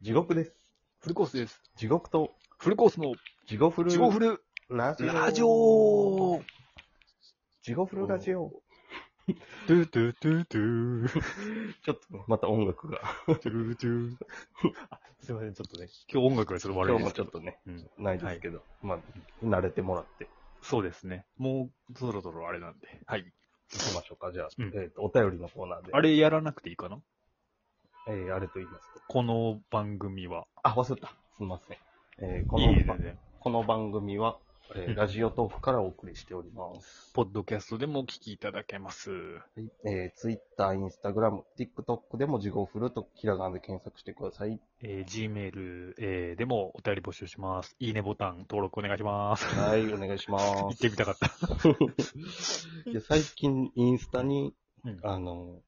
地獄です。フルコースです。地獄と、フルコースの、地獄フル、ジゴフル、ラジオ。ラジオ地獄フルラジオ。ドゥドゥドゥドゥちょっと、また音楽が。ドゥド ゥすいません、ちょっとね、今日音楽がちょっと悪今い日でもすちょっとね、うんないですけど、まあ、慣れてもらって、そうですね。もう、そろそろあれなんで。はい。行きましょうか。じゃあ、うんえっ、と、お便りのコーナーで。あれやらなくていいかなえーあれと言いますと。この番組は。あ、忘れた。すみません。えーこいのいですね。この番組は、えーうんラジオトークからお送りしております。ポッドキャストでもお聞きいただけます。えー、Twitter、Instagram、TikTok でも地獄フルとひらがなで検索してください。えー、Gmail、えーでもお便り募集します。いいねボタン登録お願いします。はい、お願いしま行っ す。てみたかった。で最近、インスタに、うんあの、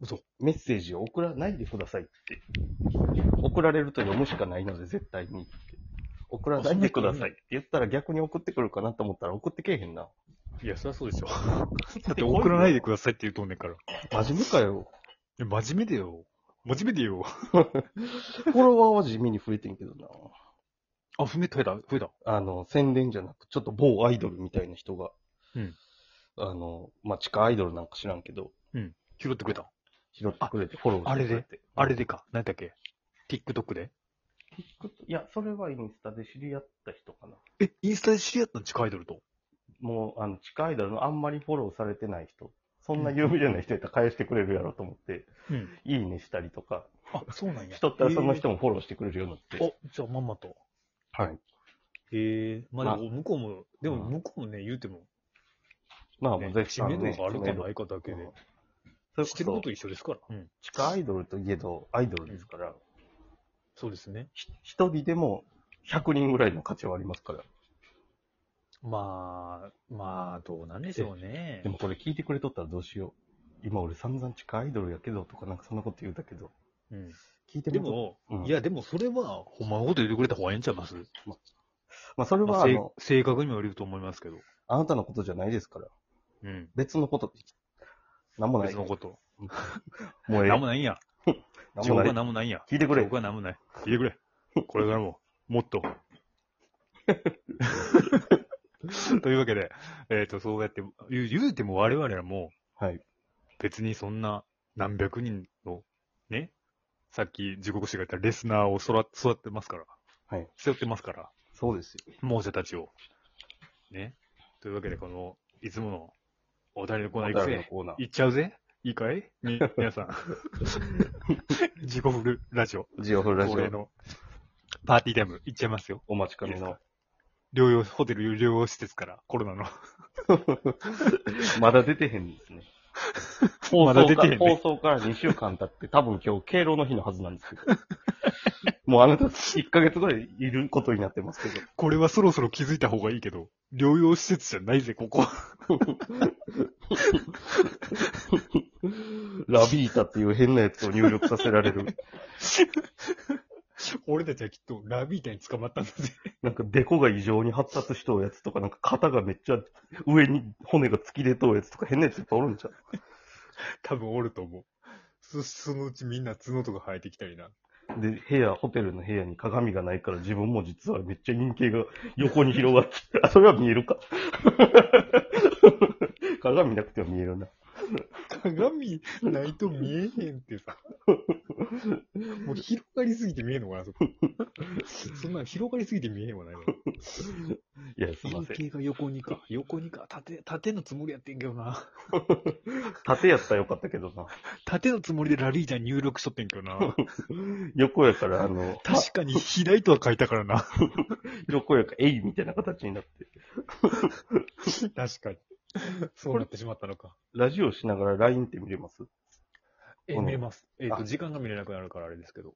嘘メッセージを送らないでくださいって。送られると読むしかないので、絶対にって。送らないでくださいって言ったら逆に送ってくるかなと思ったら送ってけえへんな。いや、そりゃそうでしょ。 だって送らないでくださいって言うとんねんから。真面目かよ。え真面目だよ。真面目でよ。フォロワーは地味に増えてんけどな。あ、増えた、増えた。あの、宣伝じゃなく、ちょっと某アイドルみたいな人が、うんあの、まあ、地下アイドルなんか知らんけど、拾ってくれた。拾ってくれて、フォローしてくれて。あれでか。何だっけ ?TikTok でいや、それはインスタで知り合った人かな。え、インスタで知り合ったの地下アイドルと。もう、あの、地下アイドルのあんまりフォローされてない人、そんな有名じゃない人やったら返してくれるやろと思って、うん。いいねしたりとか、あ、そうなんや。しとったらその人もフォローしてくれるようになって。えー。お、じゃあまんまと。はい。へえ。ままああでも、向こうも、でもうん向こうもね、言うても、まあ、もねう絶知名賛度ねがあるかないかだ知け名で度。それ知ってるこことそ、一緒ですから。うん。地下アイドルといえど、アイドルですから、そうですね。ひ一人でも100人ぐらいの価値はありますから。まあ、まあ、どうなんでしょうねで。もこれ聞いてくれとったらどうしよう。今俺散々地下アイドルやけどとかなんかそんなこと言うたけど、うん聞いてでもらう、もう、んいや、でもそれは、ほんまのこと言ってくれた方がええんちゃいますまあそれまはああせいの、性格にもよると思いますけど。あなたのことじゃないですから。うん。別のこと、なんもない。別のこと。もうええ。なんもないんや。なん地もな。獄はいなんもないんや。聞いてくれ僕。は何もない。聞いてく れ。これからも、もっと。というわけで、えっ、と、そうやって、言う言うても我々はもはい。う、別にそんな何百人の、ね、さっき地獄師が言ったレスナーを育て育ってますから、はい。背負ってますから、そうですよ。猛者たちを。ね。というわけで、この、いつもの、お便りのコーナー行く誰のぜ。コーナー。行っちゃうぜ。いいかい に、皆さん。地獄フルラジオ。ジオフルラジ恒例オ。のパーティータイム行っちゃいますよ。お待ちかねいいの。療養、ホテル療養施設からコロナの。 まだ出てへんですね。 まだ出てへんね放送から放送から2週間経って、多分今日敬老の日のはずなんですけど。 もうあなた1ヶ月ぐらいいることになってますけど。これはそろそろ気づいた方がいいけど、療養施設じゃないぜ、ここ。 ラビータっていう変なやつを入力させられる。 俺たちはきっとラビータに捕まったんだぜ。なんかデコが異常に発達しとうやつとか、なんか肩がめっちゃ上に骨が突き出とうやつとか変なやついっぱいおるんちゃう多分おると思う。そ、そのうちみんな角とか生えてきたりな。で、部屋、ホテルの部屋に鏡がないから自分も実はめっちゃ陰茎が横に広がって、あ、 それは見えるか。鏡なくても見えるな。鏡ないと見えへんって さ。もう広がりすぎて見えんのかな、そ こ。そんな広がりすぎて見えへんわないわ。いや、すいません。形が横に か。横にか。縦、縦のつもりやってんけどな。 縦やったらよかったけどな。縦のつもりでラリーちゃん入力しとってんけど な。横やから、あの、確 かに左とは書いたからな。 横やから、えいみたいな形になって。確かに。そうなってしまったのか。ラジオしながら LINE って見れますえ、この見れます。えっ、と、あ時間が見れなくなるからあれですけど。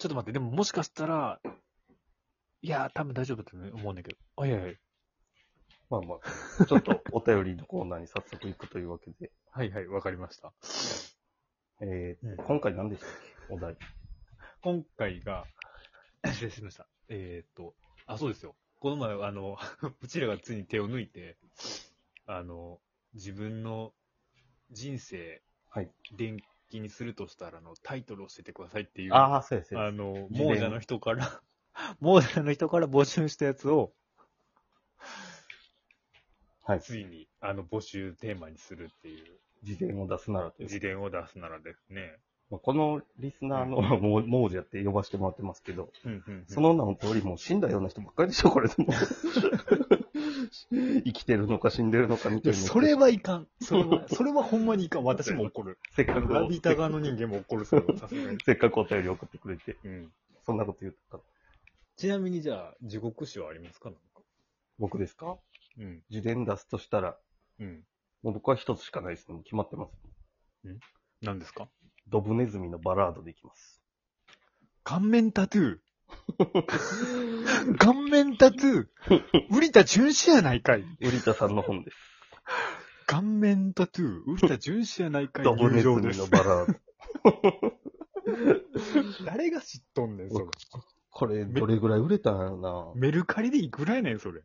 ちょっと待って、でももしかしたら、いやー、多分大丈夫だと思うんだけど。あ、いやいや。まあまあ、ちょっとお便りのコーナーに早速行くというわけで。はいはい、わかりました。えーうん今回何でしたっけお題。今回が、失礼しました。えっ、と、あ、そうですよ。この前、あの、 うちらがついに手を抜いて、あの、自分の人生、はい電記にするとしたらのタイトルを教えてくださいっていう、ああ、そうやそうや。あの、事前亡者の人から、 亡者の人から募集したやつを、はい。ついに、あの、募集テーマにするっていう、事前を出すならという。自伝を出すならですね。まあ、このリスナーの、もう、亡者って呼ばせてもらってますけど、うんうんうんその名の通り、もう死んだような人ばっかりでしょ、これでも。生きてるのか死んでるのかみいたいや、な。それはいかん。それは、それはほんまにいかん。私も怒る。せっかく、ラビーター側の人間も怒る、それはさすがに。せっかくお便り送ってくれて、うん。そんなこと言うとか、ちなみにじゃあ、地獄史はありますかなんか僕ですかうん。自伝出すとしたら、うん。もう僕は一つしかないですね。もう決まってます。何ですかドブネズミのバラードでいきます。顔面タトゥー。 顔面タトゥー。ウリタ純子やないかい。ウリタさんの本です。顔面タトゥー。ウリタ純子やないかい。ドブネズ入場でミすのバラード。誰が知っとんねん、それ。これ、どれぐらい売れたんやろな。メルカリでいくらやねん、それ。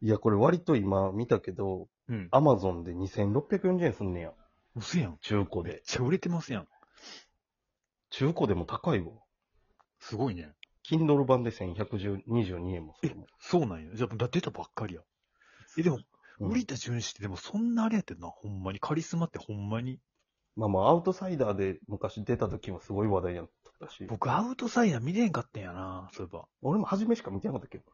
いや、これ割と今見たけど、うん。アマゾンで2640円すんねや。嘘やん。中古めっで。ちゃ売れてますやん。中古でも高いわ。すごいね。 Kindle 版で1122円もするもん。そうなんや。じゃあ、出たばっかりや。え、でも、うんウリタ純子ってでもそんなあれやってんな、ほんまに。カリスマってほんまに。まあまあ、アウトサイダーで昔出た時もすごい話題やったし、僕、アウトサイダー見れへんかったんやな、そういえば。俺も初めしか見てなかったけど、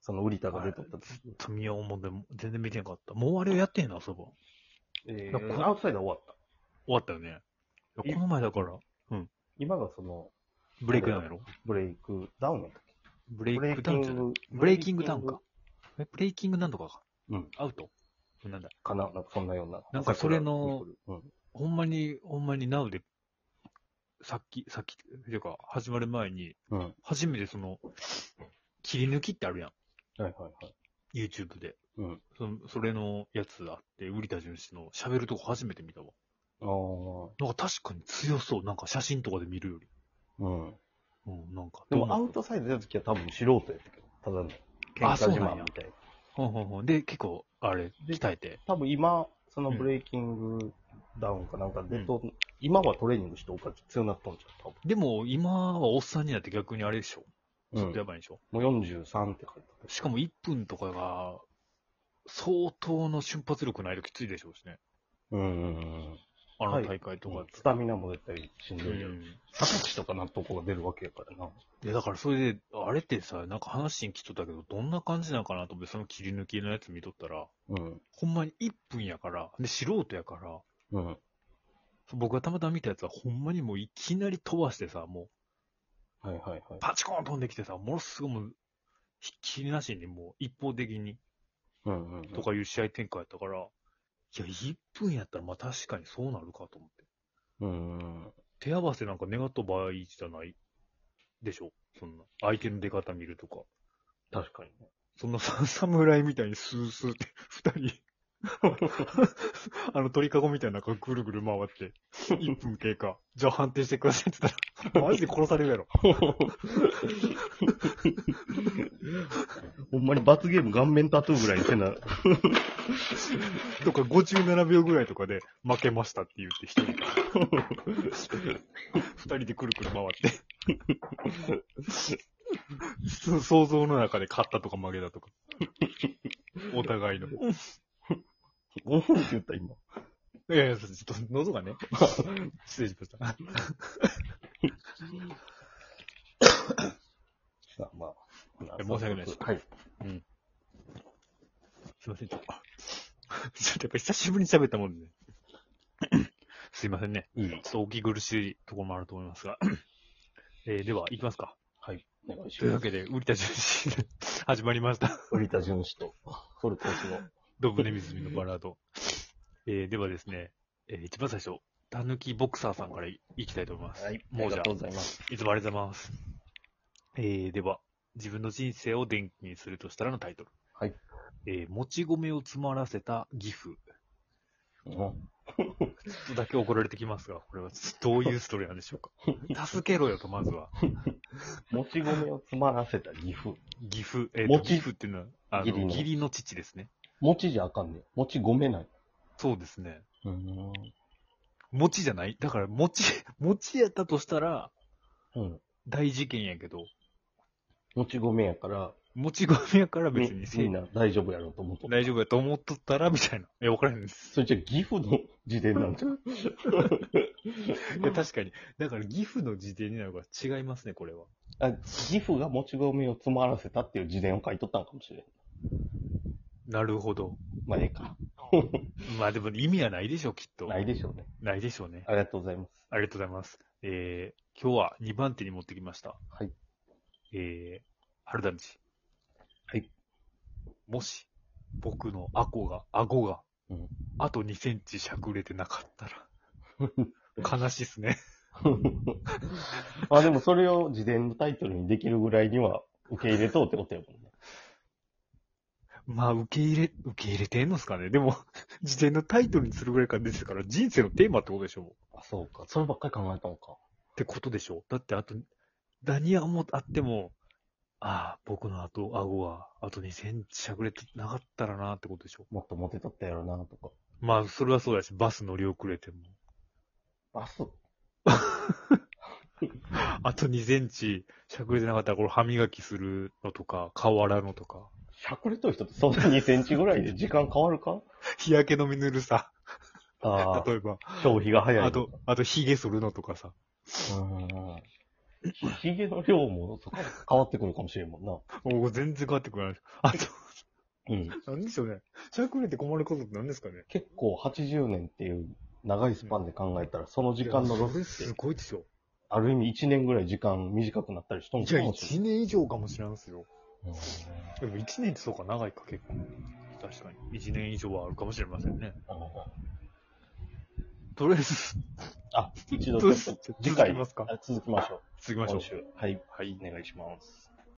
そのウリタが出とった時。と見ようもんでも、全然見れへんかった。もうあれやってへんな、そういええば。だからこー、アウトサイダー終わった。終わったよね。いいやこの前だから、今がその、ブレイクダウンやろブレイクダウンの時。ブレイクダウンじゃないブブレイキングダウンかブ。えブレイキングなんとかか。レイキング。うん。アウトなんだ。かななんかそんなような。なんかそれ朝の倉未来、うん。ほんまに、ほんまに、ナウで、さっき、さっき、ていうか、始まる前に、うん。は初めてその、切り抜きってあるやん。いはいはい。 YouTube で。うん。そのそれのやつあって、ウリタ純子の喋るとこ初めて見たわ。あなんか確かに強そう。なんか写真とかで見るより。あ。うん。うん、なんか。でもアうウトサイド出た時は多分素人やったけど、ただの。あそう喧嘩なん自慢やみたいな。ほんほんほん。で、結構、あれ、で鍛えて。多分今、そのブレイキングダウンかなんかで、うんと今はトレーニングしておか強なっとんじゃん、多でも、今はおっさんになって逆にあれでしょ。ちょ分。っとやばいでしょ。もう43って書いてある。しかも1分とかが、相当の瞬発力ないときついでしょうしね。うんうんうん。あはのい大会ととかかっ、てスタミナも絶対しんどういよ。ん。坂口とか納豆が出るわけやからな。で、だからそれで、あれってさ、なんか話に聞いとったけど、どんな感じなんかなと思って、その切り抜きのやつ見とったら、うん。ほんまに1分やから、で、素人やから、うん。僕がたまたま見たやつは、ほんまにもういきなり飛ばしてさ、も、。はいはいはいうパチコーン飛んできてさ、ものすごいもう、ひっきりなしにもう、一方的に、うんうんうん。とかいう試合展開やったから、いや、1分やったら、まあ確かにそうなるかと思って。うんうん手合わせなんか願った場合じゃないでしょそんな。相手の出方見るとか。確かに ね。そんなさ、 侍みたいにスースーって、二人、 あの鳥かごみたいなのがぐるぐる回って、1分経過。じゃあ判定してくださいって言ったら、マジで殺されるやろ。ほんまに罰ゲーム顔面タトゥーぐらいにせな。とか57秒ぐらいとかで、負けましたって言って一人が。 二人でくるくる回って。想像の中で勝ったとか負けたとか。お互いの。ゴンって言った今。いやいや、ちょっと喉 がね、失礼しました。さあまあ。え申し訳ないですはい。すいません、ちょっと。ちょっとやっぱ久しぶりに喋ったもんでね。すいませんね。いちょっとお聞き苦しいところもあると思いますが。 えー、では、行きますか。はい。お願いしというまわす。けで、売りた純子始まりました。栗田純子と、フォルコースの。ドブネミズミのバラード。 えー、ではですね、えー、一番最初、たぬきボクサーさんからいいきたいと思います。あもりうじゃがあとうございます。いつもありがとうございます。えー、では、自分の人生を電気にするとしたらのタイトル。はい。えー、もち米を詰まらせた義父。うんちょっとだけ怒られてきますが、これはどういうストーリーなんでしょう か。助けろよと、まずは。もち米を詰まらせた岐阜。岐阜、えーと、餅岐阜っていうのは、あの義理の義理の父ですね。もちじゃあかんね。もち米ない。そうですね。うん。餅じゃないだから餅、餅やったとしたらうん。大事件やけど、もち米やから、餅米やから別にみみんな大丈夫やろうと思っとった大丈夫やと思っとったらみたいな。いや、わからへんです。それじゃ岐阜の自伝なんじゃん。いや、確かに。だから岐阜の時点になるから違いますね、これは。あ岐阜がもち米を詰まらせたっていう自伝を書いとったんかもしれん。なるほど。まあ、ええか。まあでも意味はないでしょう、きっと。ないでしょうね。ないでしょうね。ありがとうございます。ありがとうございます。えー、今日は2番手に持ってきました。はい。えー、春田道。はい。もし、僕のアコが、顎が、うんあと2センチしゃくれてなかった ら、悲しいっすね。 まあでもそれを自伝のタイトルにできるぐらいには受け入れとうってことやもんね。まあ、受け入れ、受け入れてんのっすかね。でも、 事前のタイトルにするぐらいから出てたから、人生のテーマってことでしょ あ、そうか。そればっかり考えたのか。ってことでしょだって、あと、何やもあっても、ああ、僕の後、顎は、あと2センチしゃくれてなかったらなってことでしょもっとモテとったやろなとか。まあ、それはそうだし、バス乗り遅れても。バスあと2センチ、しゃくれてなかったら、これ歯磨きするのとか、顔洗うのとか、しゃくれとる人ってそんな2センチぐらいで時間変わるか日焼け止め塗るさ、ああ、例えば、消費が早い。あと、あと、髭剃るのとかさ。うん。ひげの量もそこ変わってくるかもしれんもんな。もう全然変わってくるない。あと、うん。なんでしょうね。しゃくれて困ることって何ですかね結構80年っていう長いスパンで考えたら、その時間のロスいやそってれす、ごいでしょ。ある意味1年ぐらい時間短くなったりしとんじかゃあもし1年以上かもしれんすよ。れんでも1年ってそうか、長いか、結構。確かに。1年以上はあるかもしれませんね。うんとりあえず、あ、一度どうちょしっと続次き回ますかあ続きましょう。続きましょう今。週。はい。はい。お願いします。